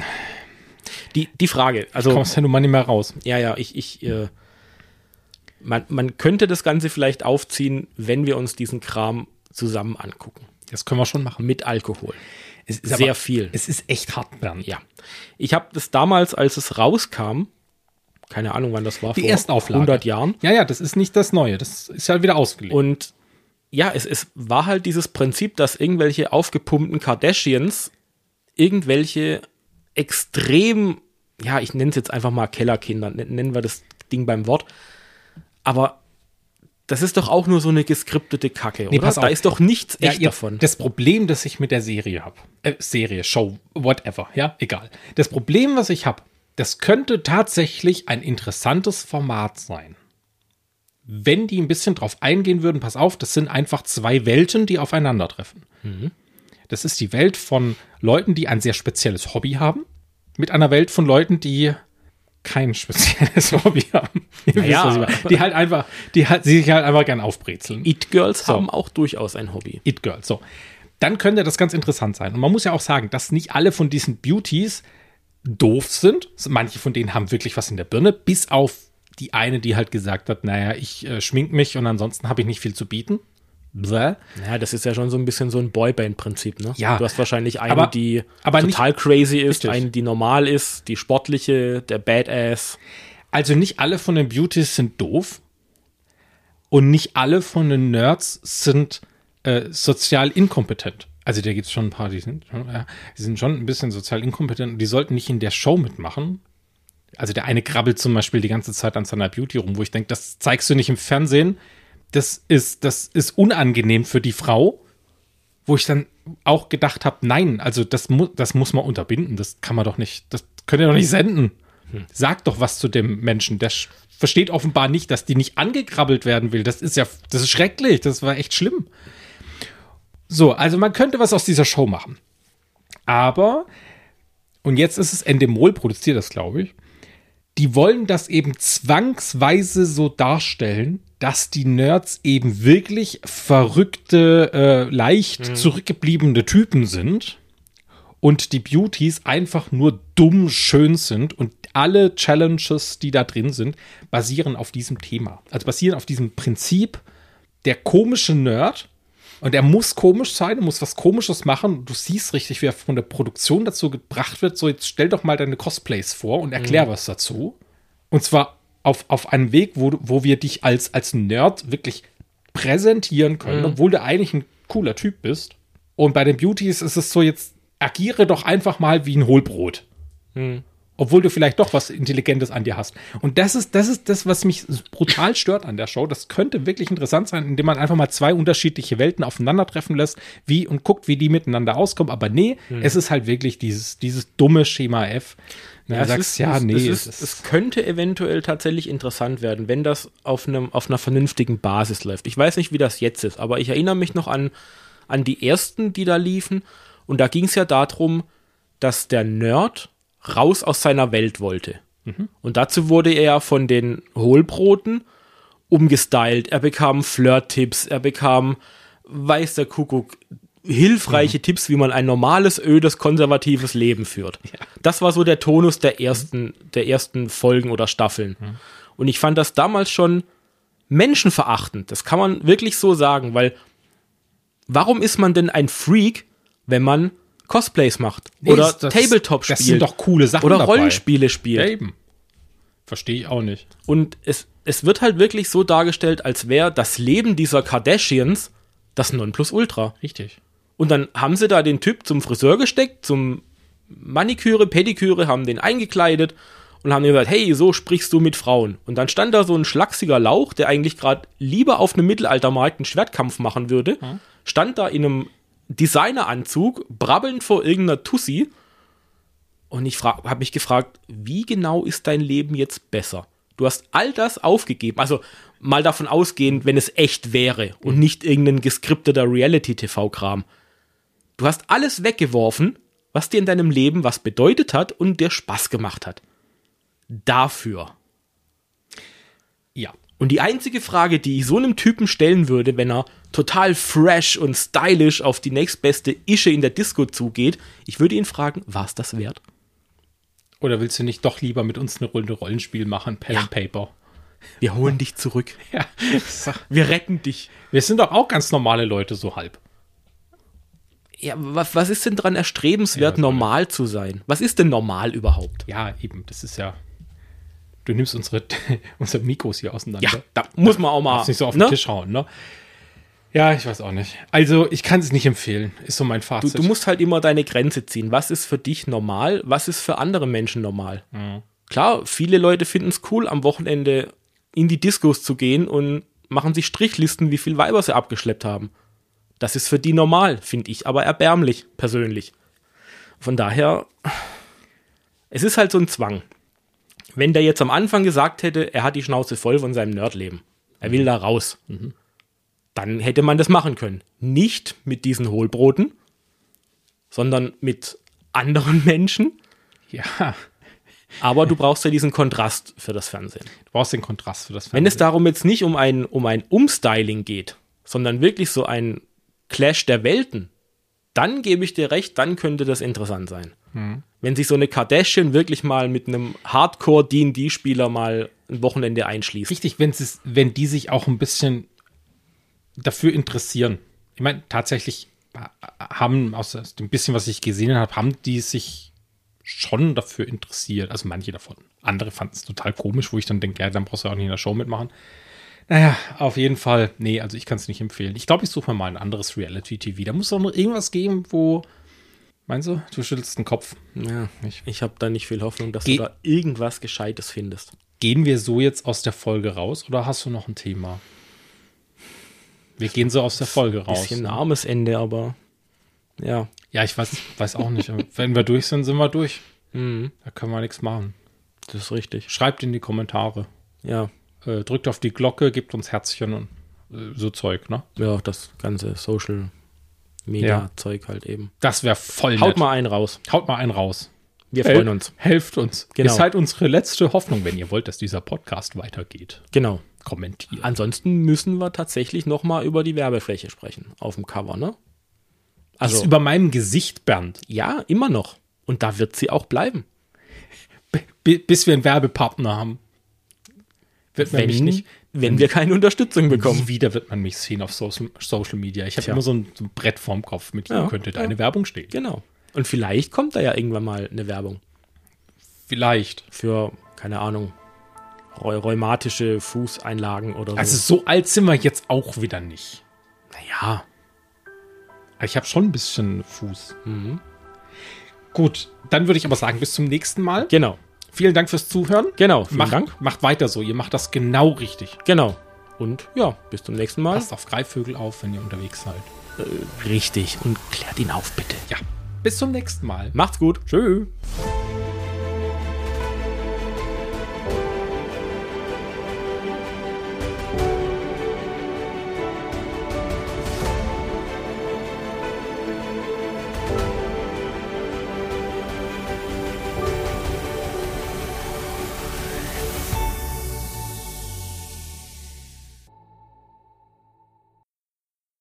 S2: Die, die Frage,
S1: Du
S2: also
S1: kommst ja nun mal nicht mehr raus.
S2: ja, ja, ich, ich, äh, man, man könnte das Ganze vielleicht aufziehen, wenn wir uns diesen Kram zusammen angucken.
S1: Das können wir schon machen.
S2: Mit Alkohol.
S1: Es ist
S2: Sehr
S1: aber-
S2: viel.
S1: Es ist echt hart, Bernd.
S2: Ja. Ich habe das damals, als es rauskam, keine Ahnung, wann das war,
S1: Die Erstauflage.
S2: 100 Jahren.
S1: Ja, ja, das ist nicht das Neue. Das ist ja wieder ausgelegt.
S2: Und ja, es, es war halt dieses Prinzip, dass irgendwelche aufgepumpten Kardashians irgendwelche extrem, ja, ich nenne es jetzt einfach mal Kellerkinder, nen- nennen wir das Ding beim Wort. Aber das ist doch auch nur so eine geskriptete Kacke,
S1: Nee,
S2: oder?
S1: pass
S2: Da
S1: auf.
S2: ist doch nichts echt
S1: ihr-
S2: davon.
S1: Das Problem, das ich mit der Serie habe, äh, Serie, Show, whatever, ja, egal. Das Problem, was ich habe, das könnte tatsächlich ein interessantes Format sein. Wenn die ein bisschen drauf eingehen würden, pass auf, das sind einfach zwei Welten, die aufeinandertreffen. Das ist die Welt von Leuten, die ein sehr spezielles Hobby haben, mit einer Welt von Leuten, die kein spezielles Hobby haben. Ihr wisst,
S2: Naja,
S1: was ich meine. die halt einfach, die halt, sie sich halt einfach gern aufbrezeln.
S2: It-Girls haben auch durchaus ein Hobby.
S1: It Girl. So. Dann könnte das ganz interessant sein. Und man muss ja auch sagen, dass nicht alle von diesen Beauties doof sind. Manche von denen haben wirklich was in der Birne, bis auf die eine, die halt gesagt hat, naja, ich äh, schmink mich und ansonsten habe ich nicht viel zu bieten. Bläh.
S2: Naja, das ist ja schon so ein bisschen so ein Boyband-Prinzip, ne?
S1: Ja.
S2: Du hast wahrscheinlich eine,
S1: Aber-
S2: die
S1: aber nicht-
S2: total crazy ist,
S1: Richtig.
S2: eine, die normal ist, die sportliche, der Badass.
S1: Also nicht alle von den Beauties sind doof und nicht alle von den Nerds sind äh, sozial inkompetent. Also da gibt es schon ein paar, die sind, schon, äh, die sind schon ein bisschen sozial inkompetent und die sollten nicht in der Show mitmachen. Also der eine krabbelt zum Beispiel die ganze Zeit an seiner Beauty rum, wo ich denke, das zeigst du nicht im Fernsehen. Das ist, das ist unangenehm für die Frau, wo ich dann auch gedacht habe, nein, also das, mu das muss man unterbinden, das kann man doch nicht, das könnt ihr doch nicht senden. Sag doch was zu dem Menschen. Der sch- versteht offenbar nicht, dass die nicht angekrabbelt werden will. Das ist ja, das ist schrecklich. Das war echt schlimm. So, also man könnte was aus dieser Show machen. Aber, und jetzt ist es Endemol, produziert das, glaube ich. die wollen das eben zwangsweise so darstellen, dass die Nerds eben wirklich verrückte, äh, leicht zurückgebliebene Typen sind und die Beauties einfach nur dumm schön sind und alle Challenges, die da drin sind, basieren auf diesem Thema. Also basieren auf diesem Prinzip, der komische Nerd und er muss komisch sein, er muss was Komisches machen. Du siehst richtig, wie er von der Produktion dazu gebracht wird. So, jetzt stell doch mal deine Cosplays vor und erklär was dazu. Und zwar auf, auf einem Weg, wo, du- wo wir dich als, als Nerd wirklich präsentieren
S2: Mhm.
S1: können, obwohl du eigentlich ein cooler Typ bist. Und bei den Beauties ist es so, jetzt agiere doch einfach mal wie ein Hohlbrot.
S2: Mhm.
S1: Obwohl du vielleicht doch was Intelligentes an dir hast. Und das ist, das ist das, was mich brutal stört an der Show. Das könnte wirklich interessant sein, indem man einfach mal zwei unterschiedliche Welten aufeinandertreffen lässt, wie und guckt, wie die miteinander auskommen. Aber nee,
S2: Mhm.
S1: es ist halt wirklich dieses, dieses dumme Schema F. Ja, du
S2: es
S1: sagst,
S2: ist-
S1: ja,
S2: es-
S1: nee,
S2: es, ist,
S1: es
S2: es,
S1: ist-
S2: könnte eventuell tatsächlich interessant werden, wenn das auf, einem, auf einer vernünftigen Basis läuft. Ich weiß nicht, wie das jetzt ist, aber ich erinnere mich noch an, an die ersten, die da liefen. Und da ging es ja darum, dass der Nerd raus aus seiner Welt wollte.
S1: Mhm.
S2: Und dazu wurde er ja von den Hohlbroten umgestylt. Er bekam Flirt-Tipps, er bekam, weiß der Kuckuck,
S1: Mhm.
S2: hilfreiche Tipps, wie man ein normales, ödes, konservatives Leben führt. Das war so der Tonus der ersten, der ersten Folgen oder Staffeln.
S1: Mhm.
S2: Und ich fand das damals schon menschenverachtend. Das kann man wirklich so sagen, weil warum ist man denn ein Freak, wenn man Cosplays macht
S1: Nee,
S2: oder
S1: das- das-
S2: Tabletop spielt
S1: das sind doch coole Sachen
S2: oder
S1: dabei.
S2: Rollenspiele spielt?
S1: ja, eben. Verstehe ich auch nicht.
S2: Und es, es wird halt wirklich so dargestellt, als wäre das Leben dieser Kardashians das Nonplusultra.
S1: Richtig.
S2: Und dann haben sie da den Typ zum Friseur gesteckt, zum Maniküre, Pediküre, haben den eingekleidet und haben ihm gesagt, hey, so sprichst du mit Frauen. Und dann stand da so ein schlachsiger Lauch, der eigentlich gerade lieber auf einem Mittelaltermarkt einen Schwertkampf machen würde, stand da in einem Designeranzug, brabbelnd vor irgendeiner Tussi. Und ich habe mich gefragt, wie genau ist dein Leben jetzt besser? Du hast all das aufgegeben. Also mal davon ausgehend, wenn es echt wäre und nicht irgendein geskripteter Reality-TV-Kram. Du hast alles weggeworfen, was dir in deinem Leben was bedeutet hat und dir Spaß gemacht hat. Dafür.
S1: Ja.
S2: Und die einzige Frage, die ich so einem Typen stellen würde, wenn er total fresh und stylisch auf die nächstbeste Ische in der Disco zugeht, ich würde ihn fragen, war es das wert?
S1: Oder willst du nicht doch lieber mit uns eine Runde Rollenspiel machen, Pen
S2: Ja.
S1: and Paper?
S2: Wir holen dich zurück.
S1: Ja.
S2: Wir retten dich.
S1: Wir sind doch auch ganz normale Leute, so halb.
S2: Ja, was, was ist denn dran erstrebenswert,
S1: Ja,
S2: normal zu sein? Was ist denn normal überhaupt?
S1: Ja, eben. Das ist ja. Du nimmst unsere, unsere Mikros hier auseinander.
S2: Ja, da muss man auch mal.
S1: Darfst nicht so auf den
S2: ne?
S1: Tisch hauen, ne? Ja, ich weiß auch nicht. Also, ich kann es nicht empfehlen, ist so mein
S2: Du,
S1: Fazit.
S2: du musst halt immer deine Grenze ziehen. Was ist für dich normal? Was ist für andere Menschen normal? Klar, viele Leute finden es cool, am Wochenende in die Diskos zu gehen und machen sich Strichlisten, wie viel Weiber sie abgeschleppt haben. Das ist für die normal, finde ich, aber erbärmlich, persönlich. Von daher, es ist halt so ein Zwang. Wenn der jetzt am Anfang gesagt hätte, er hat die Schnauze voll von seinem Nerdleben, er will da raus, dann hätte man das machen können. Nicht mit diesen Hohlbroten, sondern mit anderen Menschen.
S1: ja,
S2: Aber du brauchst ja diesen Kontrast für das Fernsehen.
S1: du brauchst den Kontrast für das
S2: Wenn es
S1: Fernsehen.
S2: darum jetzt nicht um ein, um ein Umstyling geht, sondern wirklich so ein Clash der Welten, dann gebe ich dir recht, dann könnte das interessant sein. Wenn sich so eine Kardashian wirklich mal mit einem Hardcore-D&D-Spieler mal ein Wochenende einschließt.
S1: Richtig, wenn, sie's- wenn die sich auch ein bisschen dafür interessieren. Ich meine, tatsächlich haben, aus dem bisschen, was ich gesehen habe, haben die sich schon dafür interessiert. Also manche davon. Andere fanden es total komisch, wo ich dann denke, ja, dann brauchst du auch nicht in der Show mitmachen. Naja, auf jeden Fall. Nee, also ich kann es nicht empfehlen. Ich glaube, ich suche mir mal ein anderes Reality-TV. Da muss doch noch irgendwas geben, wo. Meinst du? Du schüttelst den Kopf.
S2: Ja,
S1: Ich-
S2: ich, habe da nicht viel Hoffnung, dass
S1: Ge-
S2: du da irgendwas Gescheites findest.
S1: Gehen wir so jetzt aus der Folge raus oder hast du noch ein Thema? Wir gehen so aus ne? der Folge raus.
S2: Bisschen ein armes Ende, aber ja.
S1: Ja, ich weiß, weiß auch nicht. Wenn wir durch sind, sind wir durch.
S2: Mhm.
S1: Da können wir nichts machen.
S2: Das ist richtig.
S1: Schreibt in die Kommentare.
S2: Ja,
S1: Äh, drückt auf die Glocke, gebt uns Herzchen und äh, so Zeug, ne?
S2: ja, das ganze Social Media
S1: Ja.
S2: Zeug halt eben.
S1: Das wäre voll nett.
S2: Haut mal einen raus.
S1: Haut mal einen raus.
S2: Wir
S1: Hel-
S2: freuen uns.
S1: Helft uns.
S2: Genau.
S1: Ihr seid unsere letzte Hoffnung, wenn ihr wollt, dass dieser Podcast weitergeht.
S2: Genau.
S1: Kommentiert.
S2: Ansonsten müssen wir tatsächlich noch mal über die Werbefläche sprechen auf dem Cover, ne?
S1: ist
S2: Also
S1: über meinem Gesicht, Bernd.
S2: ja, immer noch. Und da wird sie auch bleiben.
S1: B bis wir einen Werbepartner haben. Wird man
S2: Wenn,
S1: mich nicht.
S2: wenn wir keine Unterstützung bekommen.
S1: Nie wieder wird man mich sehen auf Social, Social Media. Ich habe
S2: Tja.
S1: immer so ein, so ein Brett vorm Kopf, mit hier
S2: Ja,
S1: könnte
S2: ja.
S1: deine Werbung stehen.
S2: Genau. Und vielleicht kommt da ja irgendwann mal eine Werbung
S1: Vielleicht.
S2: für, keine Ahnung, rheu- rheumatische Fußeinlagen oder so.
S1: Also so alt sind wir jetzt auch wieder nicht.
S2: naja,
S1: Aber Ich habe schon ein bisschen Fuß.
S2: Mhm.
S1: Gut, dann würde ich aber sagen, bis zum nächsten Mal.
S2: genau,
S1: Vielen Dank fürs Zuhören.
S2: genau. Vielen
S1: macht,
S2: Dank.
S1: macht weiter so. Ihr macht das genau richtig.
S2: Genau. Und ja, bis zum nächsten Mal.
S1: Passt auf Greifvögel auf, wenn ihr unterwegs seid.
S2: Richtig. Und klärt ihn auf, bitte.
S1: Ja, bis zum nächsten Mal.
S2: Macht's gut. Tschüss.